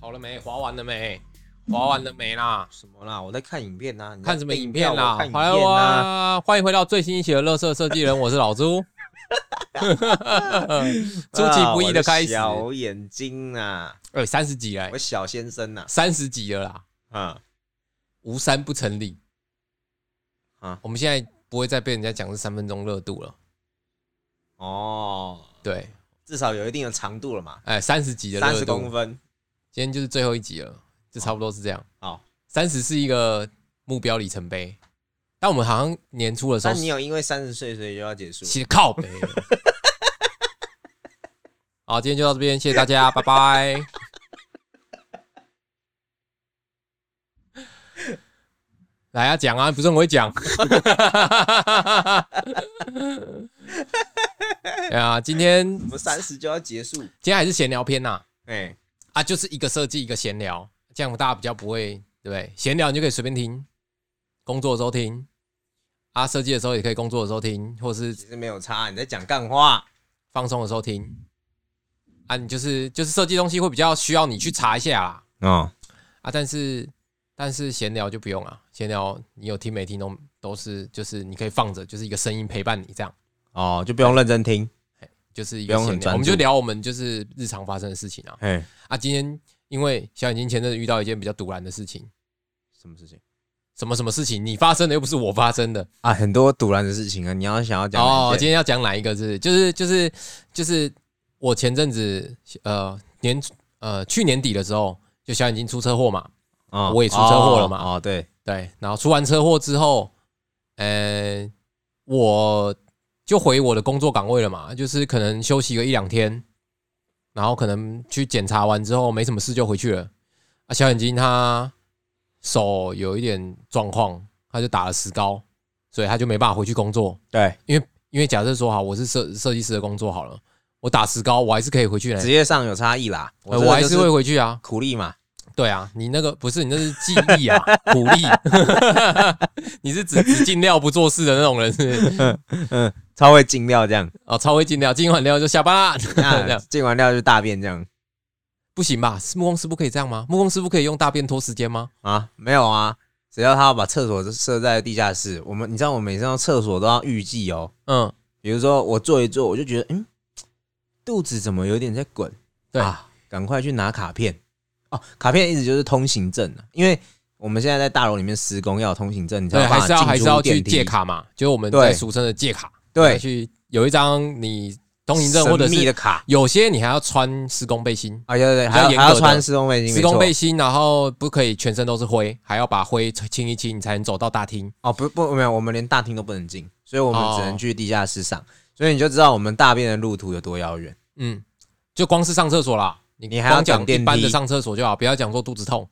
好了没？滑完了没？滑完了没啦？什么啦？我在看影片呐、你在看什么订影片票我啦看？影还片有呐、啊，欢迎回到最新一期的《乐色设计人》，我是老 朱。出其不意的开始，啊我的小眼睛呐、哎，三十集嘞我，小先生呐、三十集了啦，啊，无三不成立啊我们现在不会再被人家讲是三分钟热度了，哦，对，至少有一定的长度了嘛，哎，三十集的三热十度，公分。今天就是最后一集了，就差不多是这样。好，三十是一个目标里程碑，但我们好像年初的时候但，你有因为三十岁所以就要结束？其实靠北。好，今天就到这边，谢谢大家，拜拜。 来啊，讲啊，不是很会讲。 哎呀，今天我们三十就要结束？今天还是闲聊篇呐、啊，哎、就是一个设计一个闲聊，这样大家比较不会对不对？闲聊你就可以随便听，工作的时候听，啊，设计的时候也可以工作的时候听，或是其实没有差，你在讲干话。放松的时候听。啊，你就是就是设计东西会比较需要你去查一下啦。哦，啊，但是但是闲聊就不用啊，闲聊你有听没听都都是就是你可以放着，就是一个声音陪伴你这样，哦，就不用认真听。就是一不个用很闲聊。专我们就注聊我们就是日常发生的事情啊。哎，啊，今天因为小眼睛前阵子遇到一件比较突然的事情，什么事情什么什么事情你发生的又不是我发生的啊？很多堵然的事情啊，你要想要讲哦哪。一今件天要讲哪一个是就是就是就是我前阵子呃年呃去年底的时候，就小眼睛出车祸嘛。哦我也出车祸了嘛哦，哦对，对，然后出完车祸之后，呃，我就回我的工作岗位了嘛，就是可能休息个一两天，然后可能去检查完之后没什么事就回去了。啊，小眼睛他手有一点状况，他就打了石膏，所以他就没办法回去工作。对，因为假设说好，我是设设计师的工作好了，我打石膏我还是可以回去呢职，业上有差异啦。呃这我个还就是会回去啊。苦力嘛，对啊，你那个不是你那是记忆 啊，鼓励， 你是只只进料不做事的那种人是不是嗯，超会进料 这样，哦，超会进料，进完料就下班啦，这那样进完料就大便这样不行吧？木工师傅可以这样吗？木工师傅可以用大便拖时间吗？啊？没有啊，只要他要把厕所设在地下室，我们你知道我每次上厕所都要预计哦，嗯，比如说我坐一坐，我就觉得嗯，肚子怎么有点在滚，对啊，赶快去拿卡片哦，卡片的意思就是通行证啊，因为我们现在在大楼里面施工要有通行证，你才对，有办还法是要还进是出要去电梯借，卡嘛，就是我们对在俗称的借卡，对要去有一张你通行证，或者神秘是的卡，有些你还要穿施工背心，啊对对对，比还较要严还要格的穿施工背心，施没工错背心，然后不可以全身都是灰，还要把灰清一清，你才能走到大厅。哦，不不，没有，我们连大厅都不能进，所以我们只哦能去地下室上。所以你就知道我们大便的路途有多遥远。嗯，就光是上厕所啦，你你还要光讲讲一电般的梯上厕所就好，不要讲说肚子痛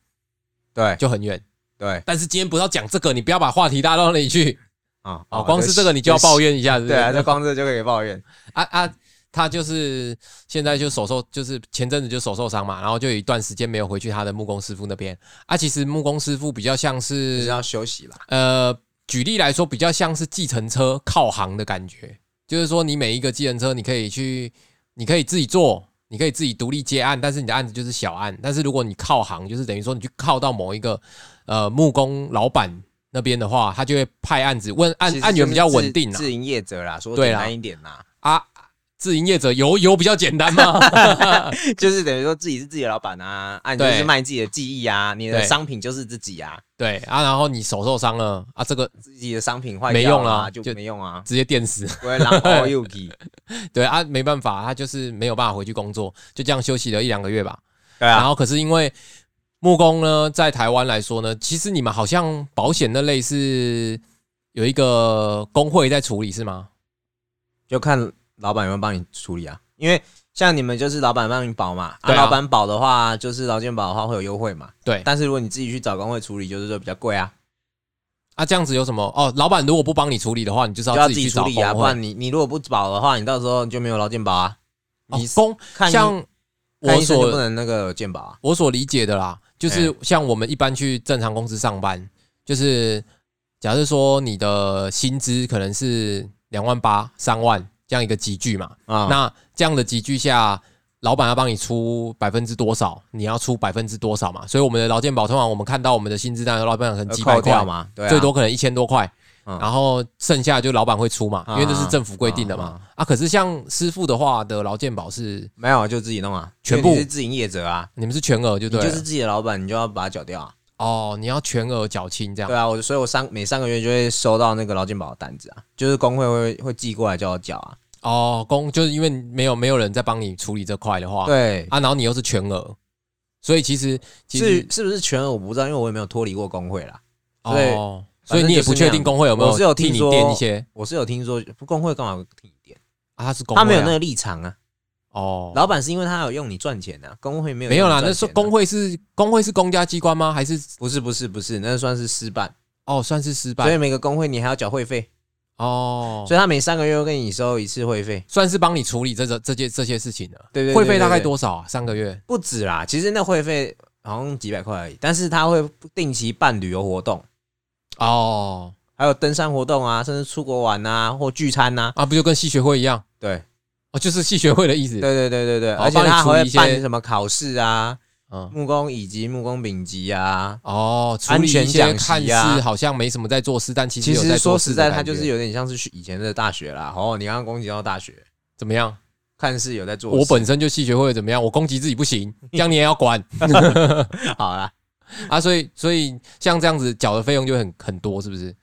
对就很远。对但是今天不要讲这个，你不要把话题拉到那里去啊，啊、哦光是这个你就要怨。抱怨一下，是不是对啊，这光这就可以抱怨。啊啊，他就是现在就手受，就是前阵子就手受伤嘛，然后就有一段时间没有回去他的木工师傅那边啊。其实木工师傅比较像就是是要休息啦。呃，举例来说，比较像是计程车靠行的感觉，就是说你每一个计程车，你可以去，你可以自己做，你可以自己独立接案，但是你的案子就是小案。但是如果你靠行，就是等于说你去靠到某一个呃木工老板那边的话，他就会派案子问案其实案源就是比较稳自定啊自营业者啦，说对简啦单一点啦，啊。自营业者有有比较简单 吗？就是等于说自己是自己的老板啊，啊，你就对是卖自己的技艺啊，你的对商品就是自己啊，对啊，然后你手受伤了啊，这个自己的商品坏没掉用了啦啊就就没用啊，直接电死。不 会狼狈又皮。对啊，没办法，他就是没有办法回去工作，就这样休息了一两个月吧。对然啊，后可是因为木工呢，在台湾来说呢，其实你们好像保险那类是有一个工会在处理是吗？就看老板有没有帮你处理啊，因为。像你们就是老板帮你保嘛，啊，对啊老板保的话就是劳健保的话会有优惠嘛，对但是如果你自己去找工会处理，就是说比较贵啊，啊，这样子有什么？哦，老板如果不帮你处理的话，你就是就要自自己己去找处工理啊，不会。然你你如果不保的话，你到时候就没有劳健保啊。哦你工看医像看我医生就不所能那哎个有健保啊，我所理解的啦，就是像我们一般去正常公司上班，就是假设说你的薪资可能是两万八、三万这样一个集聚嘛，啊，那这样的集聚下，老板要帮你出百分之多少，你要出百分之多少嘛。所以我们的劳健保通常我们看到我们的薪资单，老板可能几百扣块掉，嘛，对啊，最多可能一千多块，嗯啊然后剩下就老板会出嘛，因为这是政府规定的啊啊嘛。啊，可是像师傅的话的劳健保是没有就自己弄啊，全因为你部是自营业者啊，你们是全额就你对就了，是自己的老板，你就要把它缴掉啊。哦，你要全额缴清这样对。啊，我所以我三每三个月就会收到那个劳健保的单子啊，就是工会会会寄过来叫我缴啊。哦，公就是因为没有没有人在帮你处理这块的话，对，啊，然后你又是全额，所以其实其至实于是不是全额我不知道，因为我也没有脱离过工会啦。对哦，反所正以你也不确定工会有没就是那样我是有替听你说垫一些我是有听说工会干嘛替你点，啊，他是工会啊他没有那个立场啊。哦，老板是因为他有用你赚钱啊，工会没有没有啦，用那你赚是钱啊工会是工会是公家机关吗？还是不是不是不是，那算是失败。哦算是失所败以每个工会你还要缴会费，哦，所以他每三个月会跟你收一次会费。算是帮你处理这这这些这些事情了。对对对会费大概对对多少啊？三个月不止啦，其实那会费好像几百块而已，但是他会定期办旅游活动，哦还有登山活动啊，甚至出国玩啊或聚餐呐、啊，不就跟系学会一样对哦，就是系学会的意思对。对对对对，哦而且帮你他还处会理一些办什么考试啊、嗯木工以及木工丙级啊。哦，处安理全一些讲看习啊似好像没什么在做事，但其实其有实在做说事实的在，感觉。他就是有点像是去以前的大学啦。哦，你刚刚攻击到大学，怎么样？看似有在做事。我本身就系学会怎么样？我攻击自己不 行，这样你也要管好啦，啊！所以，所以像这样子缴的费用就会很很多，是不是？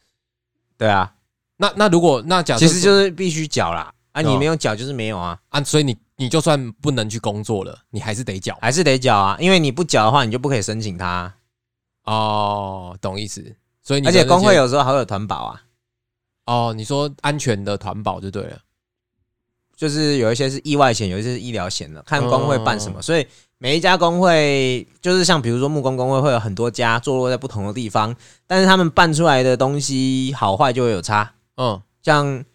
对啊，那那如果那假设其实就是必须缴啦。啊，对啊你没有缴就是没有啊，啊，所以你你就算不能去工作了，你还是得缴还是得缴啊，因为你不缴的话，你就不可以申请它啊。哦，懂意思？所以你而的且那些工会有时候还会有团保啊，哦，你说安全的团保就对了就是有一些是意外险，有一些是医疗险的，看工会办什哦么。所以每一家工会，就是像比如说木工工会，会有很多家坐落在不同的地方，但是他们办出来的东西好坏就会有差。嗯。像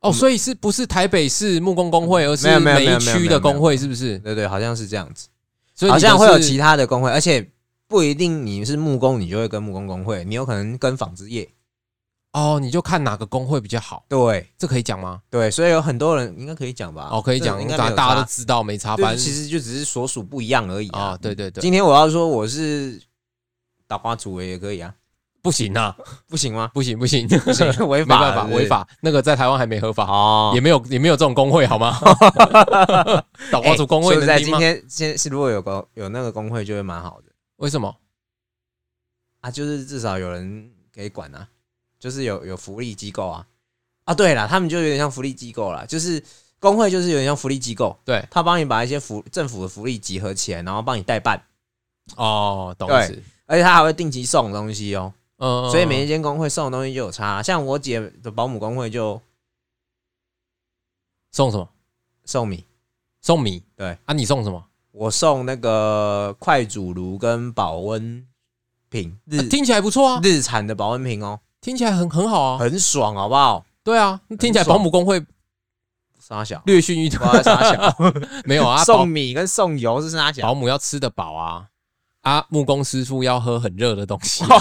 哦，所以是不是台北市木工工会，而嗯没是有没有每没一有没有区没的有工会，是不是？对对，好像是这样子，所以好你的像会有是其他的工会，而且不一定你是木工，你就会跟木工工会，你有可能跟纺织业。哦，你就看哪个工会比较好，对这可以讲吗？对，所以有很多人应该可以讲吧？哦，可以啊这讲，应该没大有大家都差知道没差，对反其正实就只是所属不一样而已啊。啊，对对对，今天我要说我是打花组也可以啊，不行啊，不 行吗？不行不行， 没行，违法，办法，是不是违法。那个在台湾还没合法，哦也。没有也没有这种工会，好 吗？ 岛哎国主工会说实在能听今吗？天现是如果有个有那个工会，就会蛮好的为什么？啊，就是至少有人可以管啊，就是有有福利机构啊啊，对了，他们就有点像福利机构啦，就是工会就是有点像福利机构，对，他帮你把一些福政府的福利集合起来，然后帮你代办，哦，懂对事。而且他还会定期送东西哦，嗯，所以每一间工会送的东西就有差，啊像我姐的保姆工会就送什么？送米，送米。对啊，你送什么？我送那个快煮炉跟保温瓶，日、啊听起来不错啊，日产的保温瓶哦，听起来很很好啊。很爽，好不好？对啊，听起来爽保姆工会沙 小，略逊一不筹 知。道在沙小，没有啊，保送米啊跟送油是沙小，保姆要吃得饱啊，啊，木工师傅要喝很热的东西啊。哦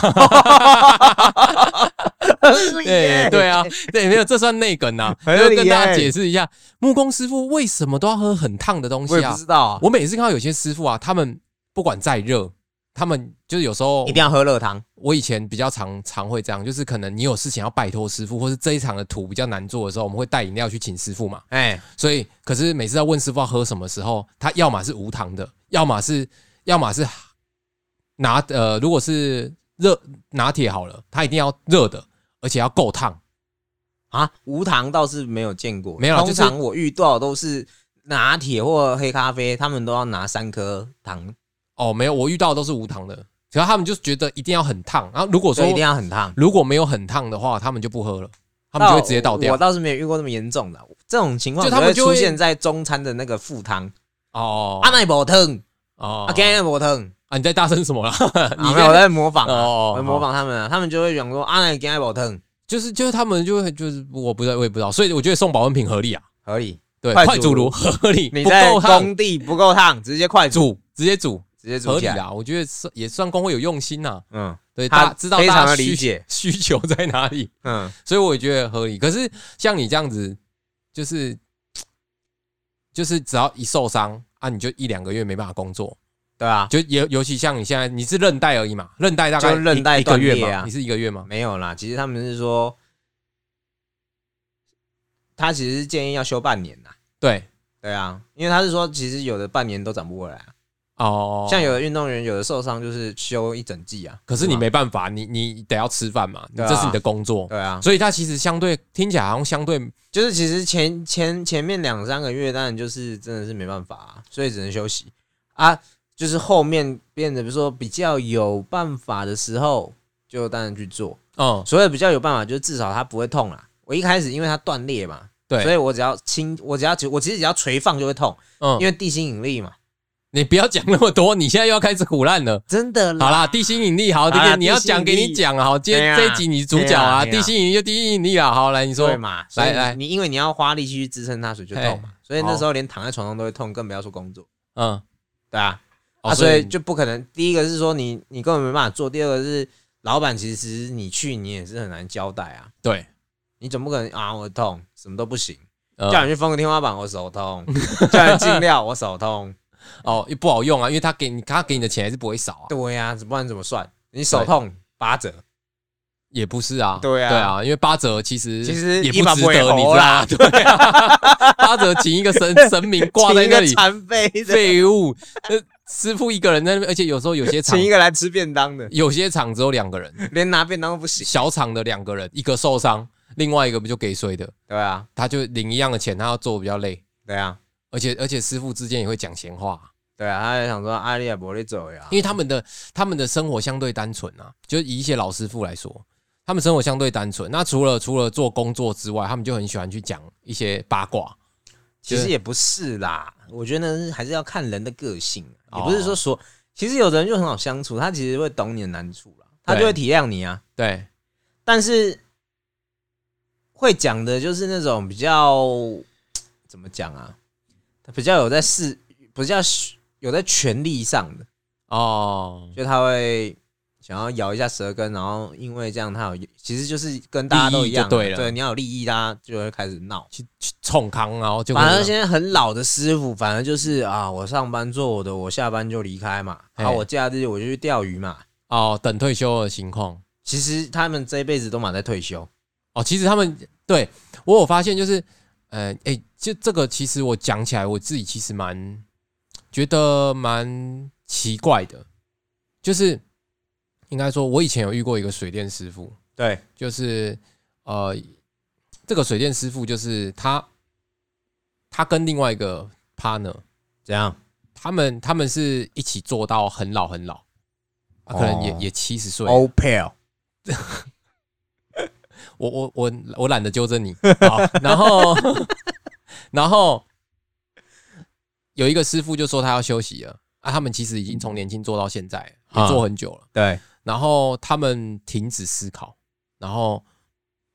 对对啊，对，没有，这算内梗呐、 合就理跟大家耶解释一下，木工师傅为什么都要喝很烫的东我西也不啊？知道啊，我每次看到有些师傅啊，他们不管再热，他们就是有时候一定要喝热汤，我以前比较常常会这样，就是可能你有事情要拜托师傅，或是这一场的图比较难做的时候，我们会带饮料去请师傅嘛。哎，所以，可是每次要问师傅要喝什么时候，他要么是无糖的，要么是要么是拿呃，如果是热拿铁好了，他一定要热的，而且要够烫。啊，无糖倒是没有见过，没有啊通就常我遇到都是拿铁或黑咖啡，他们都要拿三颗糖，哦，没有，我遇到的都是无糖的，只要他们就觉得一定要很烫。然后如果所说以一定要很烫，如果没有很烫的话，他们就不喝了，他们就会直接倒我掉我。倒是没有遇过那么严重的，这种情况就他们只会就出会现在中餐的那个副汤，啊哦阿奈伯汤，哦阿甘奈伯汤。 啊！你在大声什么啦？ 啊你没有我在模仿啊，哦我在模仿他们啊，他们就会讲说啊，那你给爱保腾就是就是他们就会就是我不知道我也不知道，所以我觉得送保温瓶合理啊，合理，对，快快煮煮炉炉合理，你不在够烫工地不够烫，直接快煮，煮直接煮直接煮合起理来，啊，我觉得是也算工会有用心呐、嗯对，他大知道非常大家地理需解需求在哪里， 嗯，所以我也觉得合理。可是像你这样子，就是就是只要一受伤，啊，你就一两个月没办法工作，对啊，就尤尤其像你现在你是韧带而已嘛，韧带大概就韧带一一个月断裂嘛，啊你是一个月嘛，没有啦，其实他们是说，他其实是建议要休半年啦。对，对啊，因为他是说，其实有的半年都长不回来、啊，哦，像有的运动员有的受伤就是休一整季啊。可是你吧没办法，你你得要吃饭嘛，你对啊这是你的工作，对啊，所以它其实相对听起来好像相对就是其实前前前面两三个月，当然就是真的是没办法、啊，所以只能休息啊。就是后面变得比如说比较有办法的时候，就当然去做。嗯所谓比较有办法，就是至少它不会痛啦。我一开始因为它断裂嘛，对所以我只要轻，我只要我其实只要垂放就会痛，嗯因，为地心引力嘛，你不要讲那么多， 你现在又要开始胡乱了。真的啦。好啦，地心引力好，这嗯好啦个你要地心讲引给力你讲啊。好，今对天啊这一集你是主角啊，对啊对地啊心引力就地心引力啦。好，来你说对，嘛，所以来来你因为你要花力气去支撑它，所以就痛嘛。所以那好时候连躺在床上都会痛，更不要说工作，嗯，对啊。哦啊，所以就不可能。第一个是说你你根本没办法做，第二个是老板其实你去你也是很难交代啊。对，你总不可能啊，我痛，什么都不行，呃叫你去封个天花板，我手痛； 叫你进料，我手痛。哦，也不好用啊，因为他给你他给你的钱还是不会少啊，对呀、不然怎么算？你手痛八折，也不是啊，对啊对啊，因为八折其实其实也一不毛值不会得，你知猴道吗啦对啊， 八折请一个神 神明挂在请一那个里，残废的， 废物，呃，师傅一个人在那边，而且有时候有些厂请一个来吃便当的，有些厂只有两个人，连拿便当都不行。小厂的两个人，一个受伤，另外一个不就给谁的，对啊，他就领一样的钱，他要做比较累，对啊，而且而且师傅之间也会讲闲话，对啊，他就想说阿丽也不会走呀因，为他们的他们的生活相对单纯啊，就是以一些老师傅来说，他们生活相对单纯。那除了除了做工作之外，他们就很喜欢去讲一些八卦。其就实是也不是啦，我觉得还是要看人的个性，哦啊也不是说说，其实有的人就很好相处，他其实会懂你的难处啦，他对就会体谅你啊。对，但是会讲的就是那种比较怎么讲啊，比较有在事，比较有在权力上的，哦，就他会想要咬一下舌根，然后因为这样他有，其实就是跟大家都一样啊，利益就对了对，你要有利益，大家就会开始闹。去去冲康，然后就反正现在很老的师傅，反正就是啊，我上班做我的，我下班就离开嘛，嘿啊，我假日我就去钓鱼嘛。哦，等退休的情况。其实他们这一辈子都满在退休，哦，其实他们对我有发现，就是，呃，哎、就这个，其实我讲起来，我自己其实蛮觉得蛮奇怪的，就是应该说，我以前有遇过一个水电师傅，对，就是呃，这个水电师傅就是他，他跟另外一个 partner，怎样？他们他们是一起做到很老很老，啊、可能也、哦也七十岁了， o p e l 我我我我懒得纠正你。好， 然后然后有一个师傅就说他要休息了啊，他们其实已经从年轻做到现在，也啊做很久了。对，然后他们停止思考，然后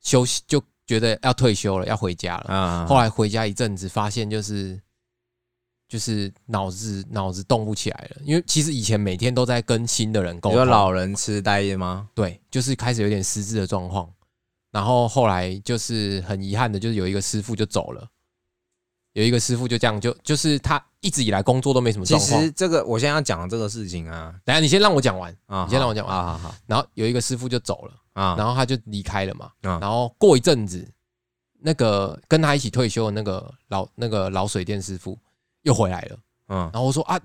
休息就觉得要退休了，要回家了。啊后来回家一阵子，发现就是就是脑子脑子动不起来了，因为其实以前每天都在跟新的人沟你通说。老人痴呆吗？对，就是开始有点失智的状况。然后后来就是很遗憾的，就是有一个师傅就走了，有一个师傅就这样就就是他一直以来工作都没什么其状况实。这个我现在要讲的这个事情啊，等一下你先让我讲完，啊，你先让我讲完啊，好好然后有一个师傅就走了，啊，然后他就离开了嘛。嗯然后过一阵子，那个跟他一起退休的那个老那个老水电师傅又回来了。嗯然后我说啊，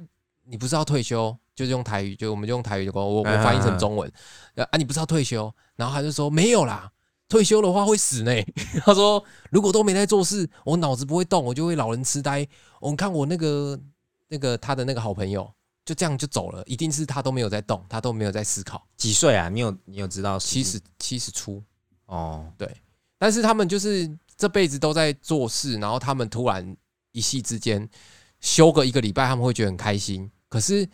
你不是要退休？就是用台语，就我们就用台语就沟我我嗯翻译成中文。呃啊，你不是要退休？然后他就说没有啦，退休的话会死呢。 他说如果都没在做事，我脑子不会动，我就会老人痴呆。我、看我那个那个他的那个好朋友就这样就走了，一定是他都没有在动，他都没有在思考。几岁啊？你有你有知道是？七十七十出，哦，但是他们就是这辈子都在做事，然后他们突然一夕之间休个一个礼拜，他们会觉得很开心。可是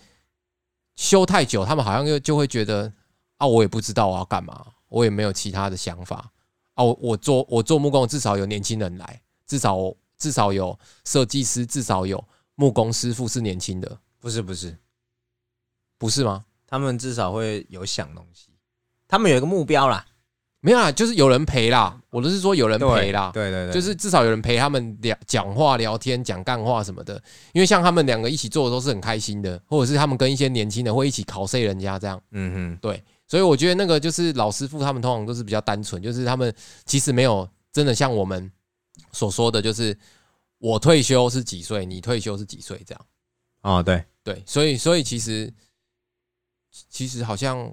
休太久，他们好像又就会觉得啊，我也不知道我要干嘛，我也没有其他的想法啊。我我做我做木工，至少有年轻人来，至少至少有设计师，至少有木工师傅是年轻的，不是不是，不是吗？他们至少会有想东西，他们有一个目标啦，没有啦，就是有人陪啦。我都是说有人对陪啦，对对对，就是至少有人陪他们聊讲话、聊天、讲干话什么的。因为像他们两个一起做的都是很开心的，或者是他们跟一些年轻人会一起 cos 人家这样。嗯哼，所以我觉得那个就是老师傅他们通常都是比较单纯，就是他们其实没有真的像我们所说的，就是我退休是几岁，你退休是几岁这样。哦对，对，所以所以其实其实好像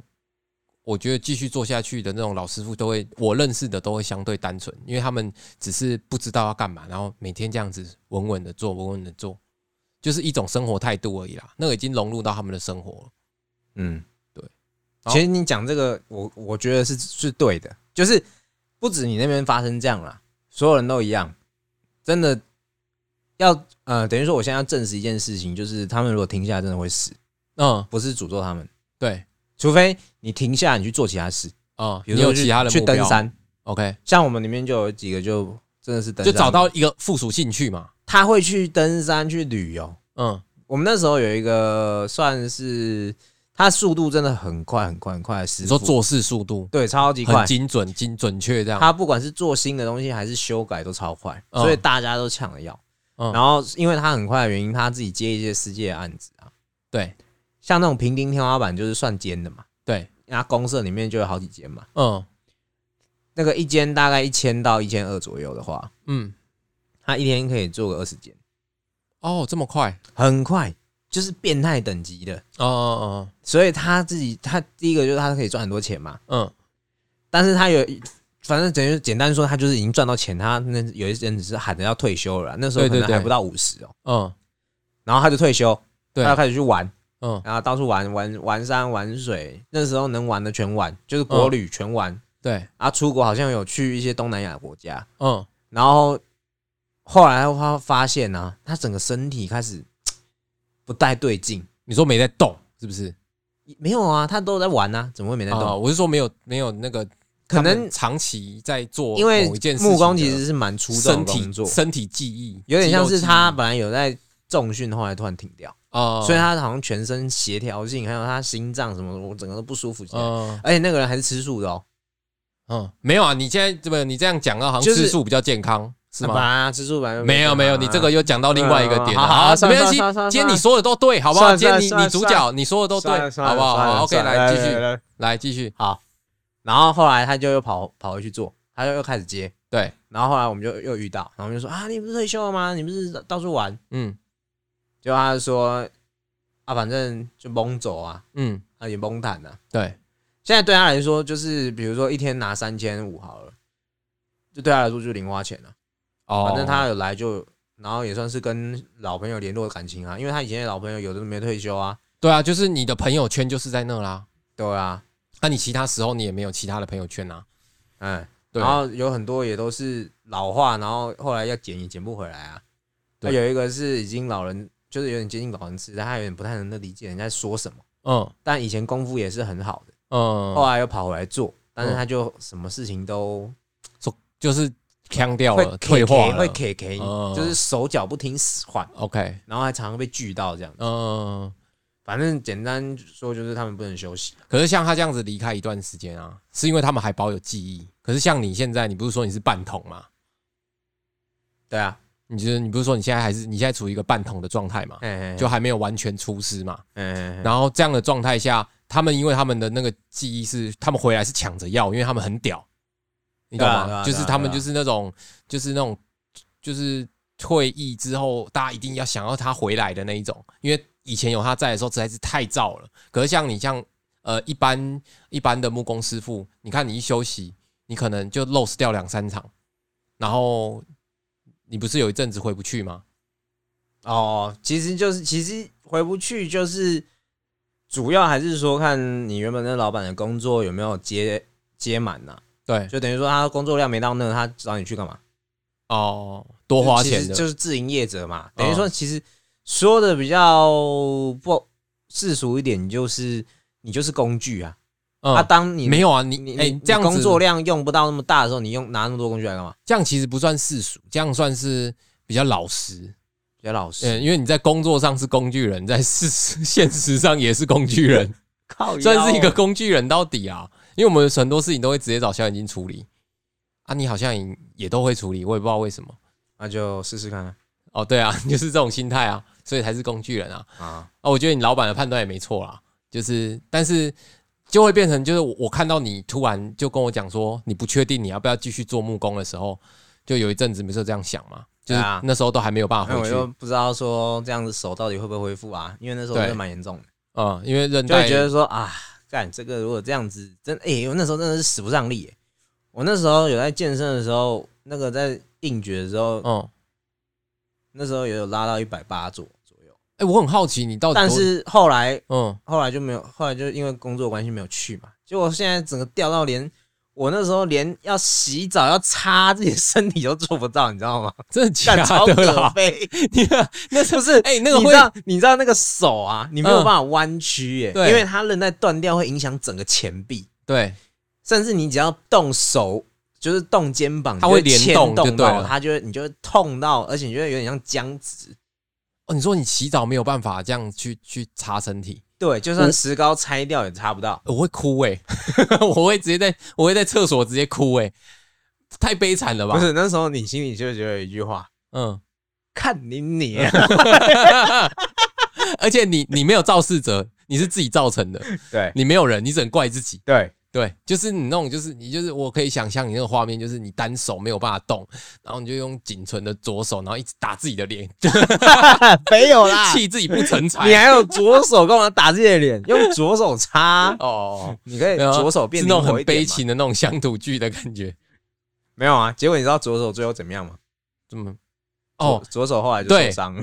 我觉得继续做下去的那种老师傅都会，我认识的都会相对单纯，因为他们只是不知道要干嘛，然后每天这样子稳稳的做，稳稳的做，就是一种生活态度而已啦。那个已经融入到他们的生活了。嗯，对。其实你讲这个，我我觉得是是对的，就是不止你那边发生这样啦，所有人都一样，真的要呃，等于说我现在要证实一件事情，就是他们如果停下来，真的会死，嗯，不是诅咒他们，对，除非你停下来，你去做其他事，嗯，比如你说有去其他的去目登标山， ，OK，像我们里面就有几个就真的是登就山，找到一个附属兴趣嘛。他会去登山去旅游，嗯我们那时候有一个算是他速度真的很快很快很快的师你傅，说做事速度对超级快很，精准、精准确这样。他不管是做新的东西还是修改都超快，嗯所以大家都抢着要。嗯然后因为他很快的原因，他自己接一些世界的案子啊，对像那种平顶天花板就是算间的嘛，对，那公社里面就有好几间嘛，嗯那个一间大概一千到一千二左右的话，嗯，他一天可以做个二十间，哦，这么快，很快，就是变态等级的。哦哦所以他自己，他第一个就是他可以赚很多钱嘛，哦，嗯。但是他有，反正等于简单说，他就是已经赚到钱，他那有一阵子是喊着要退休了啦，那时候可对能对对还不到五十哦，嗯，然后他就退休，对他，就开始去玩，嗯，然后到处玩玩玩山玩水，那时候能玩的全玩，就是国旅全玩，嗯对，然后出国好像有去一些东南亚国家，嗯，然后后来他发现呢、啊，他整个身体开始不太对劲，你说没在动是不是？没有啊，他都在玩啊，怎么会没在动？啊，我是说没有没有那个，可他能们长期在做因为某一件事情的木工其实是蛮出众身的工体作，身体记忆，有点像肌肉是记忆他本来有在重训，后来突然停掉，啊，所以他好像全身协调性，还有他心脏什么的，我整个都不舒服起来。嗯而且那个人还是吃素的哦，嗯，没有啊，你现在怎么你这样讲啊，好像就是吃素比较健康是吗？吧？吃素本来就没有没有，办法你这个又讲到另外一个点嗯了，好好啊算没了关系算了算，了今天你说的都对，好不好？算了今天你算了你主角你说的都对算了，算了好不好算了好？OK，算了来继续，来来继续，好。然后后来他就又跑跑回去做，他就又开始接。对，然后后来我们就又遇到，然后我们就说啊，你不是退休了吗？你不是到处玩？嗯结果他就说啊，反正就蒙走啊，嗯，啊也蒙坦啊。对，现在对他来说，就是比如说一天拿三千五好了，就对他来说就是零花钱了、哦，反正他有来就，然后也算是跟老朋友联络的感情啊，因为他以前的老朋友有的没退休啊，对啊，就是你的朋友圈就是在那啦，对啊，那你其他时候你也没有其他的朋友圈啊，嗯，对然后有很多也都是老化，然后后来要捡也捡不回来啊。那对有一个是已经老人，就是有点接近老人痴呆，他有点不太能够理解人家在说什么。嗯但以前功夫也是很好的，后嗯，来又跑回来做，但是他就什么事情都就是腔掉会了，退化了会 K K，嗯就是手脚不听使唤。 ，OK，然后还常常被锯到这样。嗯。反正简单说就是他们不能休息。可是像他这样子离开一段时间啊，是因为他们还保有记忆。可是像你现在，你不是说你是半桶吗？对啊，你觉得你不是说你现在还是你现在处于一个半桶的状态嘛？嗯，哦就还没有完全出师嘛？嗯，然后这样的状态下，他们因为他们的那个记忆是，他们回来是抢着要，因为他们很屌，你懂对啊对吗？啊就是对啊他们对啊就是那种，就是那种，就是退役之后，大家一定要想要他回来的那一种，因为以前有他在的时候实在是太燥了。可是像你像呃一般一般的木工师傅，你看你一休息，你可能就 lose 掉两三场，然后你不是有一阵子回不去吗？哦，其实就是其实回不去，就是主要还是说看你原本那老板的工作有没有接接满呐、对，就等于说他工作量没到那，他找你去干嘛？哦，多花就钱其实的，哦就是自营业者嘛。等于说其实说的比较不世俗一点，就是你就是工具啊。嗯啊，当你没有啊，你你哎、你这样你子工作量用不到那么大的时候，你用拿那么多工具来干嘛？这样其实不算世俗，这样算是比较老实。比较老实。嗯，因为你在工作上是工具人， 在事实现实上也是工具人，靠腰哦算是一个工具人到底啊。因为我们很多事情都会直接找小眼睛处理啊，你好像也也都会处理，我也不知道为什么。那就试试看啊哦，对啊， 就是这种心态啊，所以才是工具人啊。啊，啊，我觉得你老板的判断也没错啦，就是但是就会变成就是我我看到你突然就跟我讲说你不确定你要不要继续做木工的时候，就有一阵子不是有这样想嘛，就是对啊那时候都还没有办那法我回去，就不知道说这样子手到底会不会恢复啊，因为那时候对真的蛮严重的，嗯，因为韧就会带觉得说啊，干这个如果这样子，真哎、我那时候真的是使不上力耶、我那时候有在健身的时候，那个在硬举的时候，嗯，那时候也有拉到一百八左左右，哎、我很好奇你到底但多是后来嗯后来就没有，后来就因为工作关系没有去嘛。结果现在整个掉到连我那时候连要洗澡要擦自己的身体都做不到，你知道 吗？真的假干超的可啦？悲，你 那是不是？哎、那个你会知道你知道那个手啊，你没有办法弯曲耶、嗯对因为它韧带断掉会影响整个前臂，对甚至你只要动手。就是动肩膀，它会你就联动牵就动对到了它，就会你就会痛到，而且你就会有点像僵直。哦，你说你洗澡没有办法这样去去擦身体，对，就嗯算石膏拆掉也擦不到。我会哭哎、 我会直接在我会在厕所直接哭哎、太悲惨了吧？不是那时候你心里就觉得有一句话：嗯。看 你你、而且你你没有肇事者，你是自己造成的，对你没有人，你只能怪自己。对，对，就是你那种，就是你就是我可以想象你那个画面，就是你单手没有办法动，然后你就用仅存的左手，然后一直打自己的脸， 没 有啦，气自己不 成啊你才。还有左手干嘛打自己的脸？用左手擦， 哦，你可以没有啊左手变是那种灵活很一点悲嘛。情的那种乡土剧的感觉，没有啊，结果你知道左手最后怎么样吗？怎么？哦，左，左手后来就对受伤了，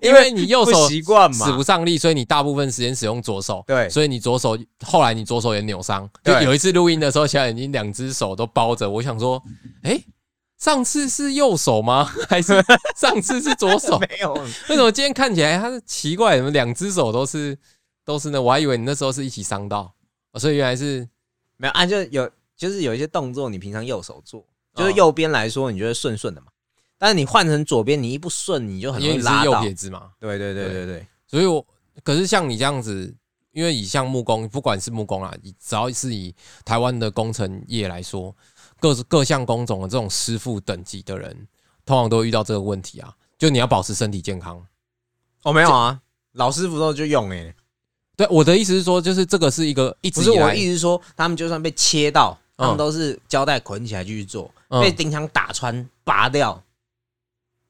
因为你右不手习惯使嘛不。上力，所以你大部分时间使用左手。对所以你左手后来你左手也扭伤。就对有一次录音的时候，小眼睛两只手都包着，我想说，哎、上次是右手吗？ 还是上次是左手？ 没有，为什么今天看起来他是奇怪？怎么两只手都是都是呢？我还以为你那时候是一起伤到，哦所以原来是没有啊，就有就是有一些动作，你平常右手做，哦就是右边来说，你觉得顺顺的嘛。但是你换成左边，你一不顺，你就很因容为易你是拉右到。撇子嘛。对对对对对，所以我可是像你这样子，因为以像木工，不管是木工啦，以只要是以台湾的工程业来说，各各项工种的这种师傅等级的人，通常都会遇到这个问题啊，就你要保持身体健康。哦，没有啊，老师傅都就用哎、对，我的意思是说，就是这个是一个一直不是以我来的意思是说，他们就算被切到，他嗯们都是胶带捆起来继续做，嗯被钉枪打穿拔掉，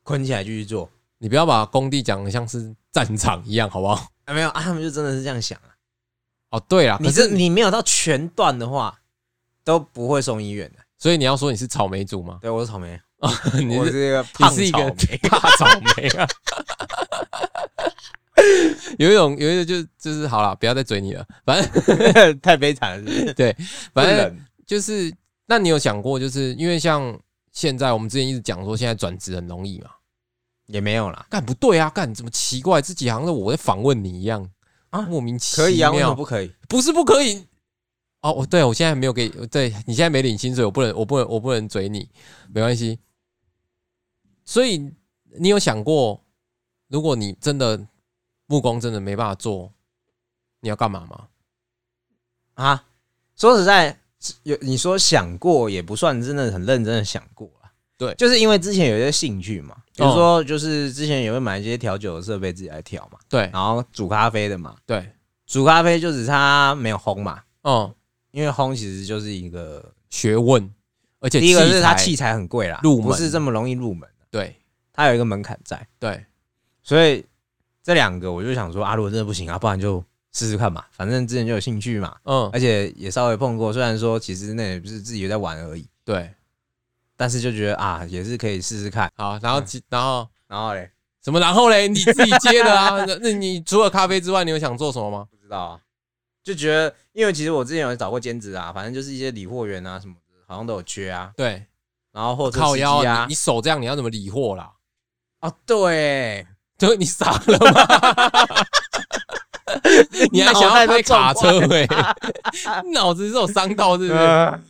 捆起来继续做。你不要把工地讲的像是战场一样，好不好？啊，没有啊，他们就真的是这样想啊。哦，对啦，可你这是你没有到全断的话，都不会送医院的。所以你要说你是草莓 族吗？对，我是草莓，你我是是一个你胖是一草个莓。 大草莓啊！ 有一种，有一种就就是好了，不要再追你了。反正 太悲惨了是不是，反 不正冷就是，那你有想过，就是因为像现在我们之前一直讲说，现在转职很容易嘛？也没有啦。干不对啊，干怎么奇怪？自己好像是我在访问你一样啊，啊莫名其妙。可以啊，为什么不可以？不是不可以。哦，我对我现在还没有给，对你现在没领薪水，我不能，我不能，我不能嘴你，没关系。所以你有想过，如果你真的木工真的没办法做，你要干嘛吗？啊，说实在，有你说想过也不算真的很认真的想过啊。对哦就是因为之前有一些兴趣嘛，比如说就是之前也会买一些调酒的设备自己来调嘛，对然后煮咖啡的嘛，对，煮咖啡就只差没有烘嘛，嗯，因为烘其实就是一个，学问，而且第一个是它材器材很贵啦，入门不是这么容易入门的，对它有一个门槛在，对，所以这两个我就想说啊，如果真的不行啊，不然就试试看嘛，反正之前就有兴趣嘛，嗯而且也稍微碰过，虽然说其实那也不是自己在玩而已。对，但是就觉得啊，也是可以试试看。好，然后嗯其然后然后嘞，什么？然后嘞，你自己接的啊？那那你除了咖啡之外，你有想做什么吗？不知道啊，就觉得，因为其实我之前有找过兼职啊，反正就是一些理货员啊什么的，好像都有缺啊。 对，然后货车靠司腰机啊，啊你你，手这样，你要怎么理货啦？哦对，对你傻了吗？ 你还想要开卡车 尾？脑子是有伤到是不是？呃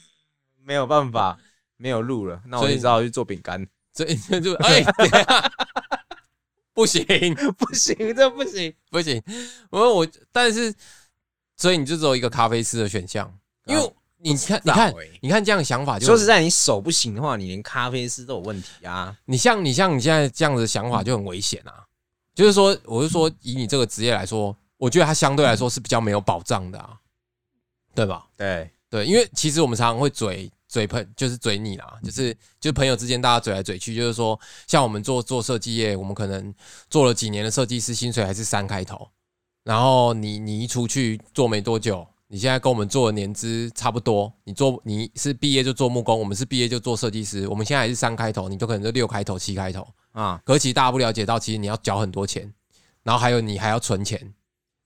没有办法，没有路了，那我所以就只好去做饼干。 所以就哎， 等一下不行不行，这不行。不行，我我但是所以你就只有一个咖啡师的选项，因为你看，你看啊不知道欸，你看这样想法就说实很，在，你手不行的话，你连咖啡师都有问题啊。你像你像你现在这样子的想嗯法就很危险啊。就是说，我是说，以你这个职业来说，我觉得它相对来说是比较没有保障的啊，对吧？对，对，因为其实我们常常会嘴嘴朋，就是嘴你啦，就是就是朋友之间大家嘴来嘴去，就是说，像我们做做设计业，我们可能做了几年的设计师，薪水还是三开头，然后你你一出去做没多久，你现在跟我们做的年资差不多，你做你是毕业就做木工，我们是毕业就做设计师，我们现在还是三开头，你就可能就六开头、七开头，啊，可是其实大家不了解到，其实你要缴很多钱，然后还有你还要存钱，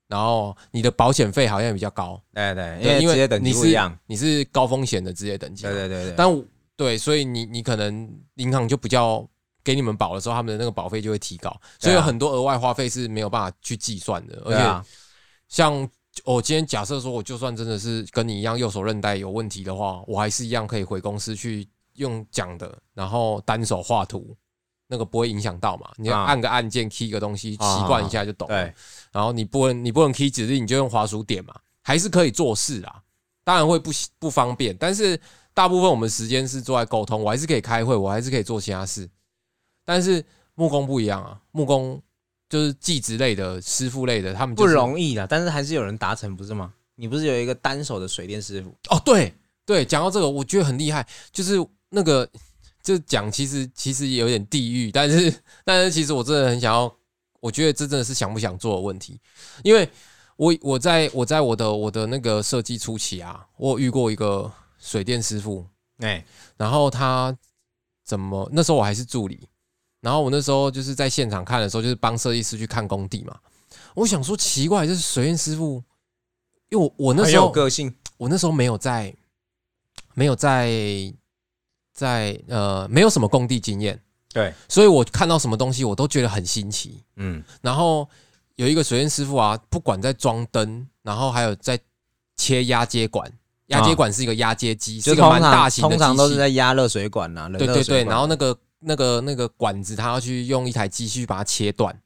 然后你的保险费好像也比较高。对对，对，因因为职业为等你级不是一样。你是高风险的职业等级嘛，对对对对，但我对，所以你你可能银行就比较给你们保的时候，他们的那个保费就会提高，所以有很多额外花费是没有办法去计算的。而啊对啊且像我今天假设说，我就算真的是跟你一样右手韧带有问题的话，我还是一样可以回公司去用讲的，然后单手画图，那个不会影响到嘛？你啊按个按键 key 一个东西，啊习惯一下就懂了。对然后你不能你不能 key 指令，你就用滑鼠点嘛，还是可以做事啦。当然会不习不方便，但是大部分我们时间是做在沟通，我还是可以开会，我还是可以做其他事。但是木工不一样啊，木工就是技职类的、师傅类的，他们、就不是、容易的，但是还是有人达成，不是吗？你不是有一个单手的水电师傅？哦。对对，讲到这个，我觉得很厉害，就是那个这讲其实其实也有点地狱，但是 但是其实我真的很想要，我觉得这真的是想不想做的问题，因为我我在我在我的我的那个设计初期啊，我有遇过一个水电师傅，哎，然后他怎么那时候我还是助理，然后我那时候就是在现场看的时候，就是帮设计师去看工地嘛，我想说奇怪，就是水电师傅，因为我我那很时候有个性，我那时候没有在，没有在，在呃，没有什么工地经验，对，所以我看到什么东西我都觉得很新奇。嗯，然后有一个水电师傅啊，不管在装灯，然后还有在切压接管，压接管是一个压接机，是啊就一个通蛮常大型的通机器，常都是在压热水管呐，冷对热对水对，管然后那个那个那个管子，他要去用一台机器去把它切断，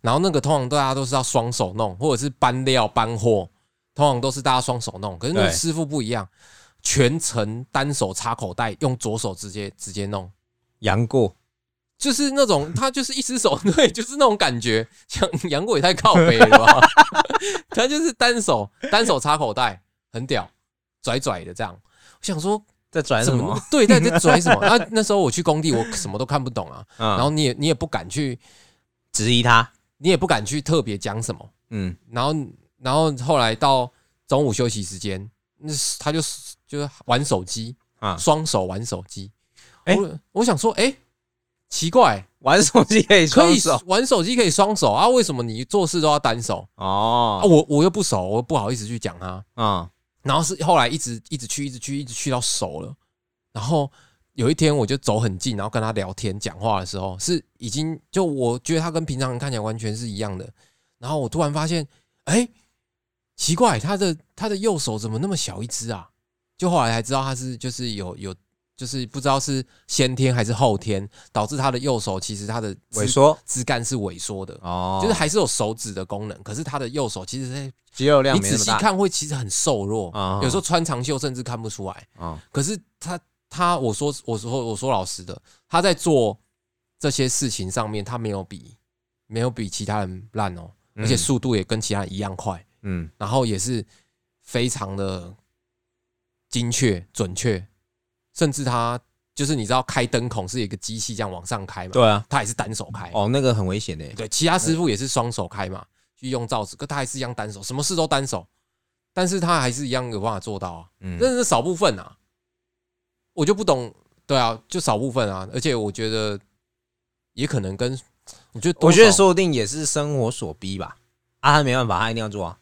然后那个通常大家都是要双手弄，或者是搬料搬货，通常都是大家双手弄。可是那个对师傅不一样，全程单手插口袋，用左手直接直接弄，杨过，就是那种他就是一只手， 对，就是那种感觉。像杨过也太靠北了吧， 他就是单手单手插口袋，很屌，拽拽的这样。我想说，在转怎什么么？对在在拽什 么？啊那那时候我去工地，我什么都看不懂啊。然然后你也你也不敢去，质疑他，你也不敢去特别讲什么。嗯，然后然后后来到中午休息时间，那他就就是玩手机啊双手玩手机。哎我我想说，哎、奇怪，玩手机可以可双以手玩手机可以双手啊，为什么你做事都要单手啊？哦，我我又不熟，我不好意思去讲他。啊，然后是后来一直一直去，一直去，一直去到熟了。然后有一天我就走很近，然后跟他聊天讲话的时候，是已经就我觉得他跟平常人看起来完全是一样的。然后我突然发现，哎，奇怪，他的他的右手怎么那么小一只啊？就后来才知道他是就是有有就是不知道是先天还是后天导致他的右手其实他的萎枝缩枝干是萎缩的，哦，就是还是有手指的功能，可是他的右手其实是肌肉量你没那仔么细大看会其实很瘦弱，啊有时候穿长袖甚至看不出来。啊，可是他他我说我说我说老实的，他在做这些事情上面，他没有比没有比其他人烂哦，而且速度也跟其他人一样快，嗯，然后也是非常的精确准确，甚至他就是你知道开灯孔是一个机器这样往上开嘛，对啊，他也是单手开哦，那个很危险的，对，其他师傅也是双手开嘛，去用罩子，可他还是一样单手，什么事都单手，但是他还是一样有办法做到啊，嗯但是少部分啊，我就不懂，对啊，就少部分啊，而且我觉得也可能跟，我觉得多我觉得少说不定也是生活所逼吧，啊，他没办法，他一定要做啊，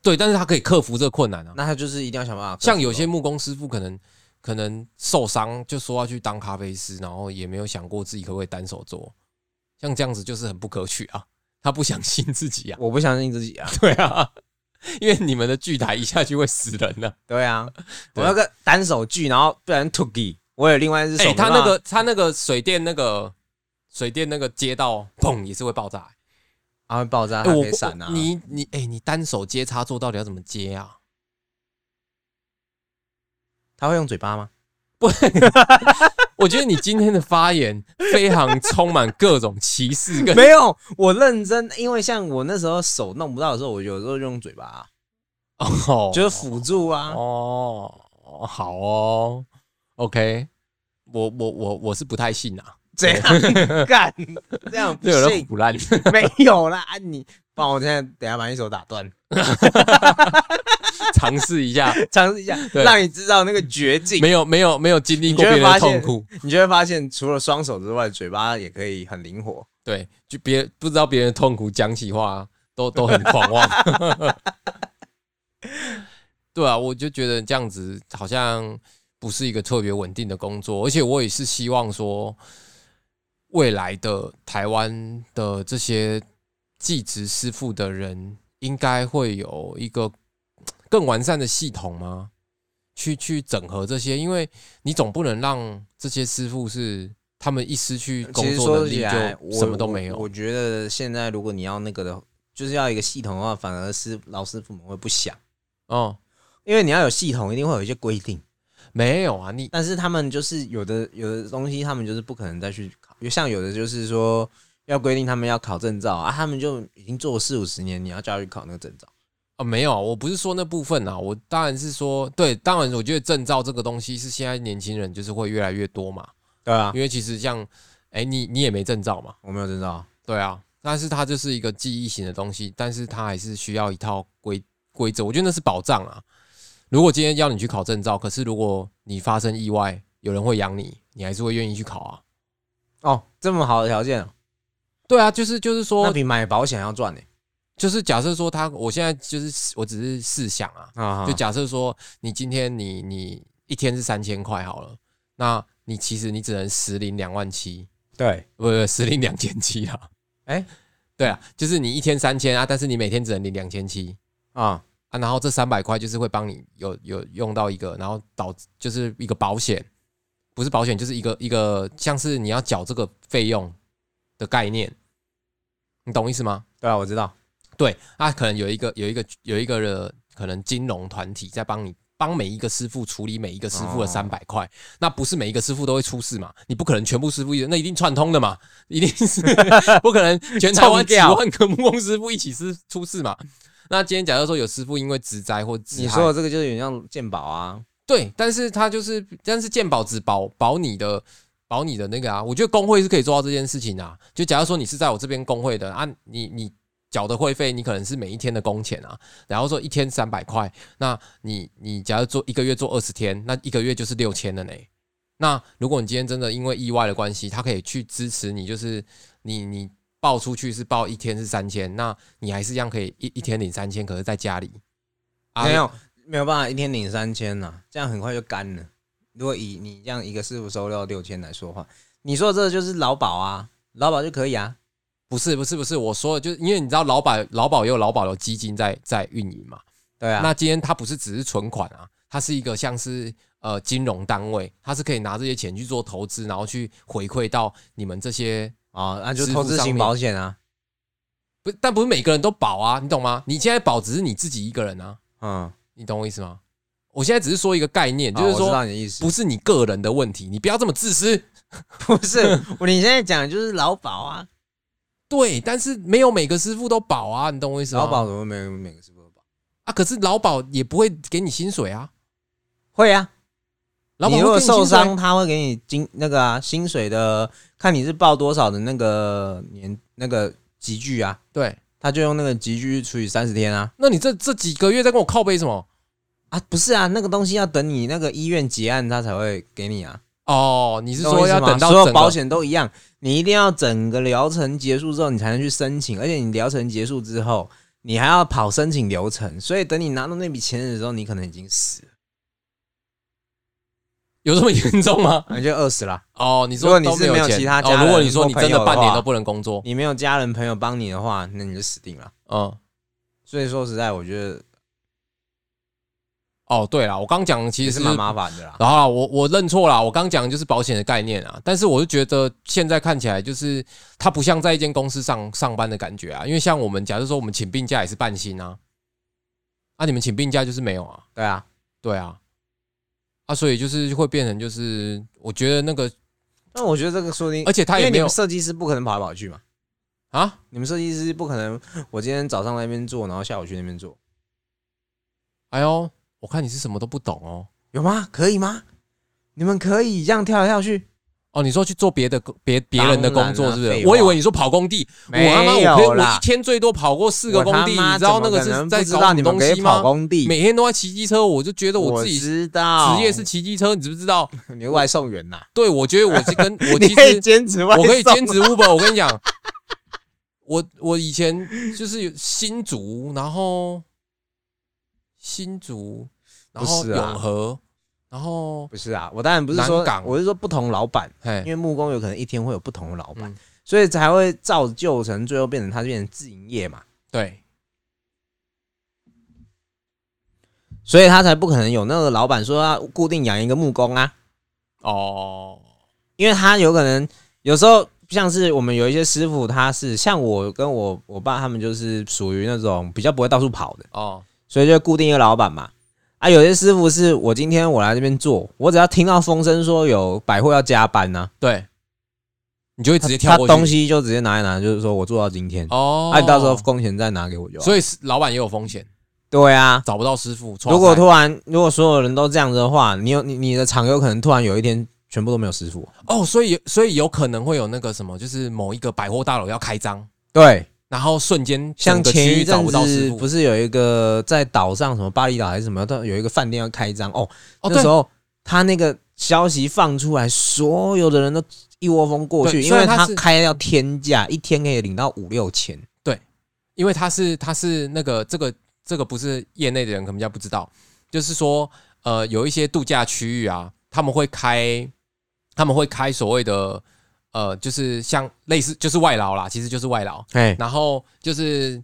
对，但是他可以克服这个困难啊，那他就是一定要想办法克服咯，像有些木工师傅可能可能受伤，就说要去当咖啡师，然后也没有想过自己可不可以单手做，像这样子就是很不可取啊，他不相信自己啊。我不相信自己啊，对啊，因为你们的巨台一下去会死人的、对啊，我 对那个单手锯，然后不然 t o g i 我有另外一只手哎、没他办法，那个他那个水电那个水电那个街道，砰也是会爆炸、它会爆炸，哎它我啊可以闪啊。你你哎、你单手接插座到底要怎么接啊？它会用嘴 巴吗？我觉得你今天的发言非常充满各种歧视跟没有，我认真，因为像我那时候手弄不到的时候，我有时候用嘴巴啊， 哦，就是辅助啊。哦，哦好哦，OK，我我我我是不太信啊，这样 干，这样不这有人 行，胡 乱，没有啦，啊你，帮我现在等下把你手打断， 尝试一下，尝试一下，对让你知道那个绝境，没有没有没有经历过你就会别人的发痛现苦，你就会发现，除了双手之外，嘴巴也可以很灵活。对，就别不知道别人的痛苦，讲起话啊都都很狂妄。 对啊，我就觉得这样子好像不是一个特别稳定的工作，而且我也是希望说，未来的台湾的这些技职师傅的人，应该会有一个更完善的系统吗？去去整合这些，因为你总不能让这些师傅是他们一失去其工实作说能力起来，就我什么都没有。我我觉得现在如果你要那个的，就是要一个系统的话，反而是老师傅们会不想，哦，因为你要有系统，一定会有一些规定。没有啊，你但是他们就是有的有的东西，他们就是不可能再去考，像有的就是说要规定他们要考证照啊，他们就已经做了四五十年，你要叫他去考那个证照，啊，没有啊，我不是说那部分啊，我当然是说，对，当然我觉得证照这个东西是现在年轻人就是会越来越多嘛，对啊，因为其实像，哎，你你也没证照嘛，我没有证照，对啊，但是它就是一个记忆型的东西，但是它还是需要一套规规则，我觉得那是保障啊。如果今天要你去考证照，可是如果你发生意外，有人会养你，你还是会愿意去考啊。哦，这么好的条件哦、对啊，就是就是说那，比买保险要赚呢、就是假设说他，我现在就是我只是试想啊，啊就假设说，你今天你你一天是三千块好了，那你其实你只能实领两万七，对，不不，实领两千七啦。哎 对啊，就是你一天三千啊，但是你每天只能领两千七啊、啊，然后这三百块就是会帮你有有用到一个，然后导就是一个保险，不是保险就是一个一个像是你要缴这个费用的概念，你懂意思吗？对啊，我知道，对，他可能有一个有一个有一个的可能金融团体在帮你帮每一个师傅处理每一个师傅的哦三百块，那不是每一个师傅都会出事嘛？你不可能全部师傅一那一定串通的嘛，一定是 不可能全台湾中几掉万个木工师傅一起是出事嘛？那今天假设说有师傅因为职灾或你职害，说的这个就是有点像鉴宝啊，对，但是他就是但是健保只保保你的。保你的那个啊，我觉得工会是可以做到这件事情啊。就假如说你是在我这边工会的啊，你你缴的会费，你可能是每一天的工钱啊，然后说一天三百块，那你你假如做一个月做二十天，那一个月就是六千了呢。那如果你今天真的因为意外的关系，他可以去支持你，就是你你报出去是报一天是三千，那你还是一样可以一一天领三千，可是在家里啊没有没有办法一天领三千呐、这样很快就干了。如果以你这样一个师傅收到六千来说的话，你说的这个就是劳保啊，劳保就可以啊，不是不是不是，我说的就是因为你知道劳保劳保也有劳保的基金在在运营嘛，对啊，那今天它不是只是存款啊，它是一个像是呃金融单位，它是可以拿这些钱去做投资，然后去回馈到你们这些哦，那支就付投资上型面保险啊，不，但不是每个人都保啊，你懂吗？你现在保只是你自己一个人啊，嗯，你懂我意思吗？我现在只是说一个概念，就哦是我知道说你的意思，不是你个人的问题，你不要这么自私。不不 是我，你现在讲的就是劳保啊，对，但是没有每个师傅都保啊，你懂我意思吗？劳保怎么没有每个师傅都保？啊，可是劳保也不会给你薪水啊，会啊，劳保会你如果给薪受水啊伤，他会给你金那个啊薪水的，看你是报多少的那个年那个集聚啊，对，他就用那个集聚除以三十天啊。那你这这几个月在跟我靠背什么？啊，不是啊，那个东西要等你那个医院结案，他才会给你啊。哦，你是懂我说意思要吗等到所整有个保险都一样，你一定要整个疗程结束之后，你才能去申请，而且你疗程结束之后，你还要跑申请流程，所以等你拿到那笔钱的时候，你可能已经死了，有这么严重吗？你啊就饿死了。哦，你如说果你都是没有钱其他哦，家如果人你说或你朋真友的的半年话都不能工作，你没有家人朋友帮你的话，那你就死定了。嗯，所以说实在，我觉得哦，对了，我刚讲其也实是蛮麻烦的啦。然后啊我我认错啦，我刚讲的就是保险的概念啊，但是我就觉得现在看起来就是它不像在一间公司上上班的感觉啊，因为像我们假设说我们请病假也是半薪啊，啊你们请病假就是没有啊，对啊， 对啊，啊所以就是会变成就是我觉得那个，那我觉得这个说不定，而且他也因为没你有们设计师不可能跑来跑去嘛，啊，你们设计师不可能，我今天早上在那边做，然后下午去那边做，哎呦，我看你是什么都不懂哦，有吗？可以吗？你们可以这样跳来跳去？哦你说去做别的工别别人的工作是不当然啊是？废话我以为你说跑工地，我他妈没我可以有我一啦，天最多跑过四这个工地，你知道那个是在知搞道什你么东们可以西跑吗？工地，每天都在骑机车，我就觉得我我自己知道职业是骑机车，你知不知道？你是外送员呐，对，我觉得我是 跟我你其可以实兼职外送，我可以兼职 Uber，我跟你讲，我我以前就是有新竹，然后新竹，然后不是啊永和，然后不是啊，我当然不是说南港我是说不同老板，哎因，为木工有可能一天会有不同的老板，嗯所以才会造就成最后变成他变成自营业嘛，对，所以他才不可能有那个老板说要固定养一个木工啊，哦，因为他有可能有时候像是我们有一些师傅，他是像我跟我我爸他们就是属于那种比较不会到处跑的，哦，所以就固定一个老板嘛。啊，有些师傅是我今天我来这边做，我只要听到风声说有百货要加班呢、啊对，你就会直接他跳过去东西就直接拿一拿，就是说我做到今天，哦，啊，你到时候工钱再拿给我就好。所以是老板也有风险，对啊，找不到师傅，如果挫突然如果所有人都这样子的话，你有你你的厂有可能突然有一天全部都没有师傅。赛哦，所以所以有可能会有那个什么，就是某一个百货大楼要开张。对，然后瞬间像整个区前一域找阵不到师子傅不是有一个在岛上什么巴厘岛还是什么，有一个饭店要开张哦，哦，那对时，候他那个消息放出来，所有的人都一窝蜂过去，对因虽为然他他是开要天价，一天可以领到五六千。因为他是他是那个这个这个不是业内的人可能比较不知道，就是说呃有一些度假区域啊，他们会开他们会开所谓的呃就是像类似就是外劳啦，其实就是外劳，哎，然后就是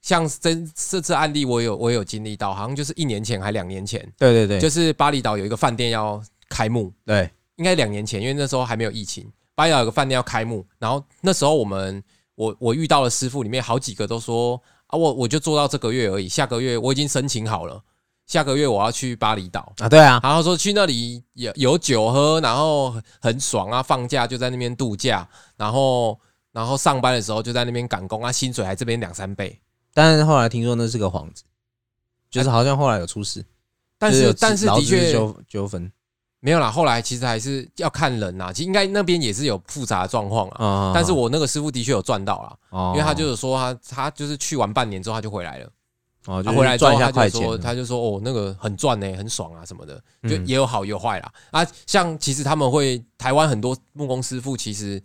像这这次案例我有我有经历到，好像就是一年前还两年前，对对对，就是巴厘岛有一个饭店要开幕，对，应该两年前，因为那时候还没有疫情，巴厘岛有个饭店要开幕，然后那时候我们我我遇到的师傅里面好几个都说啊，我我就做到这个月而已，下个月我已经申请好了，下个月我要去巴厘岛。啊，对啊，然后说去那里有有酒喝，然后很爽啊，放假就在那边度假，然后然后上班的时候就在那边赶工啊，薪水还这边两三倍。但是后来听说那是个幌子，就是好像后来有出事，哎但就是有但是劳的资确纠纠纷没有啦，后来其实还是要看人啦，其实应该那边也是有复杂的状况啊。啊哦但是我那个师傅的确有赚到啦，因因为他就是说他他就是去玩半年之后他就回来了，哦，他就啊回来是之后赚一下他快就钱说了，他就说哦那个很赚呢、很爽啊什么的，就嗯也有好也有坏啦。啊，像其实他们会台湾很多木工师傅其实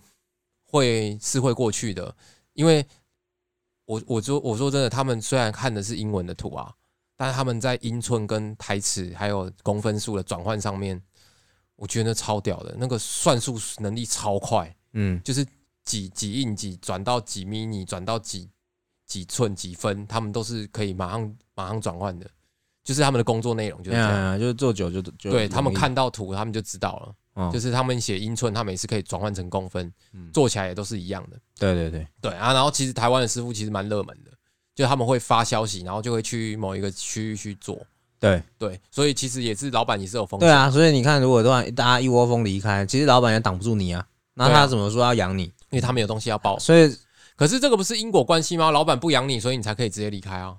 会是会过去的，因为我我说我说真的，他们虽然看的是英文的图啊，但是他们在英寸跟台尺还有公分数的转换上面，我觉得超屌的，那个算术能力超快。嗯，就是几几印几转到几迷你，转到几几寸几分，他们都是可以马上马上转换的，就是他们的工作内容就是这样。嗯，就是做久就就对他们容易看到图，他们就知道了。哦就是他们写英寸，他们也是可以转换成公分，嗯做起来也都是一样的。对对对，对啊，然后其实台湾的师傅其实蛮热门的，就他们会发消息，然后就会去某一个区域去做。对对，所以其实也是老板也是有风险。对啊，所以你看，如果突然大家一窝蜂离开，其实老板也挡不住你啊，那对啊哦他怎么说要养你？因为他们有东西要报。所以可是这个不是因果关系吗？老板不养你，所以你才可以直接离开啊。，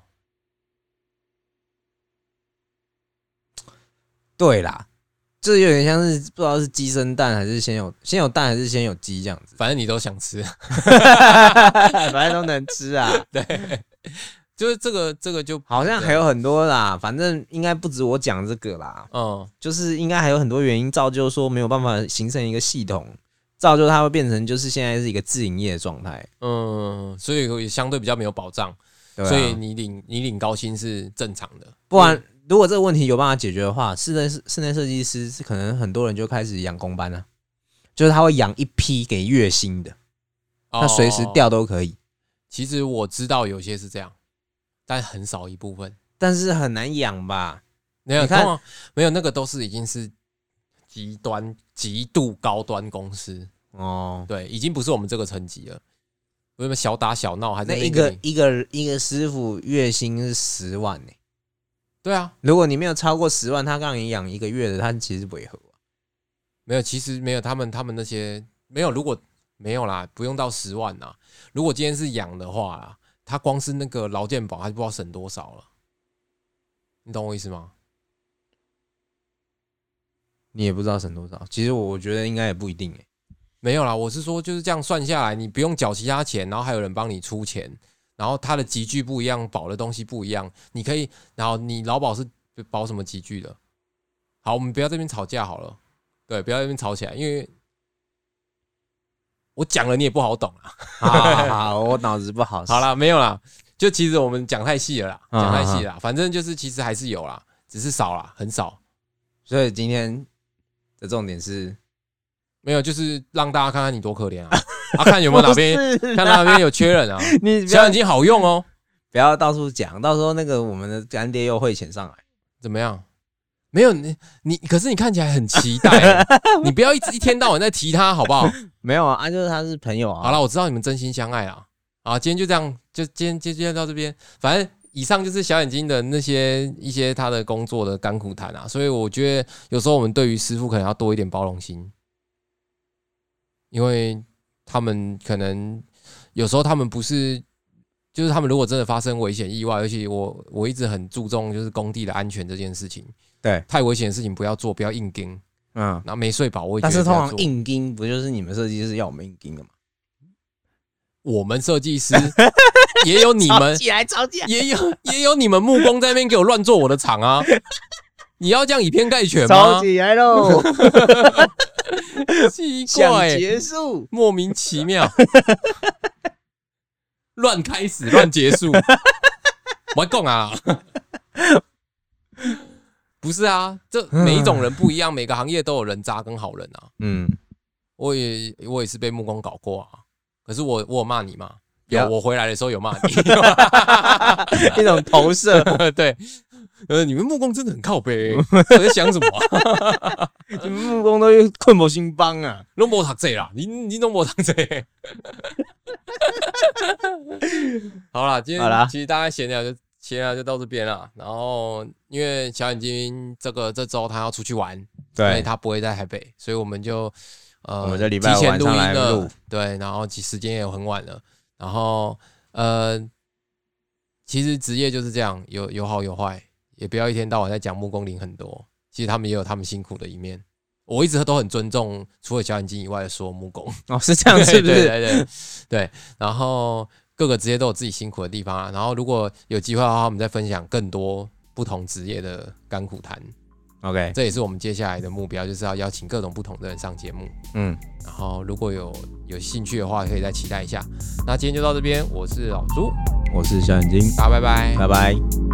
对啦，这有点像是不知道是鸡生蛋还是先有先有蛋还是先有鸡这样 子反正你都想吃。反正都能吃啊。 就是这个这个就好像还有很多啦，反正应该不止我讲这个啦，嗯就是应该还有很多原因造就说没有办法形成一个系统，造就它会变成就是现在是一个自营业的状态。嗯，所以也相对比较没有保障，对啊所以你领你领高薪是正常的。不然如果这个问题有办法解决的话，室内室内设计师是可能很多人就开始养工班啊，就是他会养一批给月薪的，哦他随时。调都可以，其实我知道有些是这样，但很少一部分。但是很难养吧？没有，你通看常没有那个都是已经是极端、极度高端公司，哦，对，已经不是我们这个层级了。为什么小打小闹还在那那一边跟个你一个一个师傅月薪是十万呢、对啊，如果你没有超过十万，他让你养一个月的，他其实不会合啊。没有，其实没有他们他们那些没有，如果没有啦，不用到十万啦。如果今天是养的话啦，他光是那个劳健保，他就不知道省多少了。你懂我意思吗？你也不知道省多少，其实我我觉得应该也不一 定哎、没有啦，我是说就是这样算下来，你不用缴其他钱，然后还有人帮你出钱，然后他的集聚不一样，保的东西不一样，你可以，然后你劳保是保什么集聚的？好，我们不要这边吵架好了，对，不要这边吵起来，因为我讲了你也不好懂啊。好好好，我脑子不好。好，啦，没有啦，就其实我们讲太细了啦，嗯讲太细了啦，反正就是其实还是有啦，只是少啦，很少。所以今天的重点是没有，就是让大家看看你多可怜啊，啊，看有没有哪边不是看哪边有缺人啊，你不小要眼睛好用哦。不要到处讲，到时候那个我们的干爹又汇钱上来。怎么样？没有你，你可是你看起来很期 待，欸你不要一直一天到晚在提他，好不好？没有啊，啊就是他是朋友啊。好了，我知道你们真心相爱啦。啊，今天就这样，就今天今天今天到这边，反正以上就是小眼睛的那些一些他的工作的甘苦谈啊，所以我觉得有时候我们对于师傅可能要多一点包容心，因为他们可能有时候他们不是。就是他们如果真的发生危险意外，而且我我一直很注重就是工地的安全这件事情，对，太危险的事情不要做，不要硬盯。嗯，然后没睡饱，我也但觉得是通不要常做硬盯不就是你们设计师要我们硬盯的吗？我们设计师也有 你们，起来吵起来，也有也有你们木工在那边给我乱做我的厂啊！你要这样以偏概全吵吗？起 来喽！奇想怪、结束，莫名其 妙，乱开始乱结束，我讲啊，不是啊，这每一种人不一样，每个行业都有人渣跟好人啊。嗯，我也我也是被木工搞过啊，可是我我有骂你吗？不要有，我回来的时候有骂你。 嗯一种投射，对，呃，你们木工真的很靠 背、我在想什么、啊？你们木工都是困不兴邦啊！弄不读这啦，你你弄不读这。 好啦，今天好啦其实大家闲聊就闲聊就到这边啦。然后因为小眼睛这个这周他要出去玩，所以，他不会在台北，所以我们就呃，我们这礼拜提前录音晚上来了录，对，然后其时间也很晚了，然后呃，其实职业就是这样，有有好有坏，也不要一天到晚在讲木工林很多，其实他们也有他们辛苦的一面。我一直都很尊重除了小眼睛以外的所有木 工，哦，是这样，是不对是？对对对对，然后各个职业都有自己辛苦的地方啊。然后如果有机会的话，我们再分享更多不同职业的甘苦谈。 OK，这也是我们接下来的目标，就是要邀请各种不同的人上节目。嗯，然后如果有有兴趣的话，可以再期待一下。那今天就到这边，我是老朱，我是小眼睛，大家拜拜。拜拜。